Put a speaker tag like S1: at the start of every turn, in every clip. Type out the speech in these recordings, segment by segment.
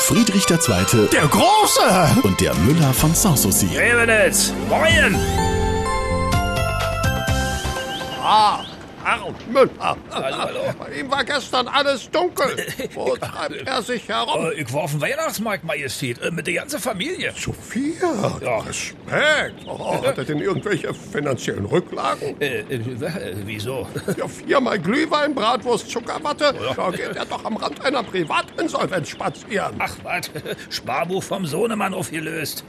S1: Friedrich II.
S2: Der Große!
S1: und der Müller von Sanssouci.
S2: Revenitz! Moin!
S3: Ah,
S2: Au!
S3: Müller.
S2: hallo, hallo.
S3: Bei ihm war gestern alles dunkel. Wo treibt er sich herum?
S2: Äh, Ich war auf den Weihnachtsmarkt, Majestät, äh, mit der ganzen Familie.
S3: Sophia,
S2: Ja.
S3: Respekt. Oh, hat er denn irgendwelche finanziellen Rücklagen?
S2: Äh, äh, wa- äh, wieso?
S3: Ja, viermal Glühwein, Bratwurst, Zuckerwatte. Da geht er doch am Rand einer Privatinsolvenz spazieren.
S2: Ach, was? Sparbuch vom Sohnemann aufgelöst.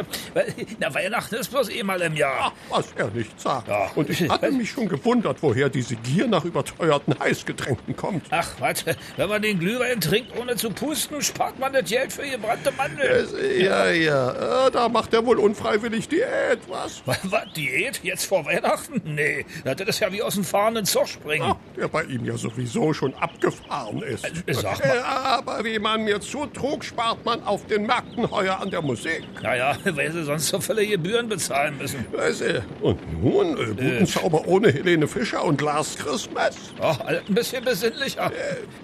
S2: Na, Weihnachten ist bloß einmal im Jahr.
S3: Ach, was er nicht sagt.
S2: Ja.
S3: Und ich hatte mich schon gewundert, woher diese Gier nach überteuerten Heißgetränken kommt.
S2: Ach, was? Wenn man den Glühwein trinkt, ohne zu pusten, spart man das Geld für gebrannte Mandeln.
S3: Es- Ja, ja, äh, da macht er wohl unfreiwillig Diät, was?
S2: Was, Diät? Jetzt vor Weihnachten? Nee, na, das ist ja wie aus dem fahrenden Zug springen.
S3: Ah, Der bei ihm ja sowieso schon abgefahren ist.
S2: Äh, sag mal.
S3: Äh, aber wie man mir zutrug, spart man auf den Märkten heuer an der Musik.
S2: Naja, weil sie sonst so viele Gebühren bezahlen müssen.
S3: Weißt du? Und nun, äh, guten Zauber ohne Helene Fischer und Lars Christmas.
S2: Ach, halt ein bisschen besinnlicher.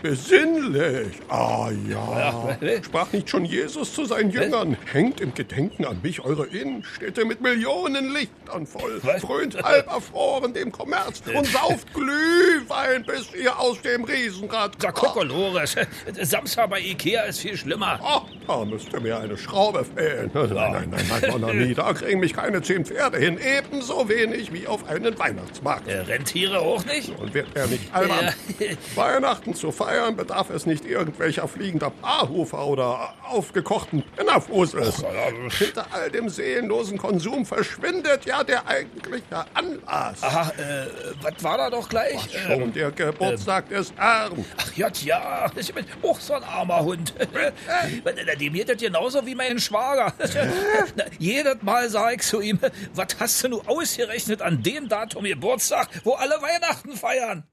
S3: Äh, Besinnlich. Ah ja.
S2: Ja. äh.
S3: Sprach nicht schon Jesus zu seinen Jüngern. Hängt im Gedenken an mich eure Innenstädte mit Millionen Lichtern voll.
S2: Was? Äh.
S3: Frönt halb erfroren dem Kommerz und sauft Glühwein, bis ihr aus dem Riesenrad
S2: Sag, Kokolores, Samstag bei Ikea ist viel schlimmer.
S3: Ah, da müsste mir eine Schraube fehlen. Nein, nein, nein, nein, Donna nie. Da kriegen mich keine zehn Pferde hin. Ebenso wenig wie auf einen Weihnachtsmarkt.
S2: Äh, Rentiere auch nicht?
S3: Und wird er nicht albern?
S2: Ja.
S3: Weihnachten zu feiern bedarf es nicht irgendwelcher fliegender Paarhufer oder aufgekochten Pennerfußes. Hinter all dem seelenlosen Konsum verschwindet ja der eigentliche Anlass.
S2: Aha, äh, was war da doch gleich? Äh,
S3: Schon der Geburtstag des Herrn.
S2: Ach Gott, ja, ich bin auch so ein armer Hund. Äh, Dem geht das genauso wie mein Schwager. Na, Jedes Mal sage ich zu ihm, was hast du nun ausgerechnet an dem Datum Geburtstag, wo alle Weihnachten feiern?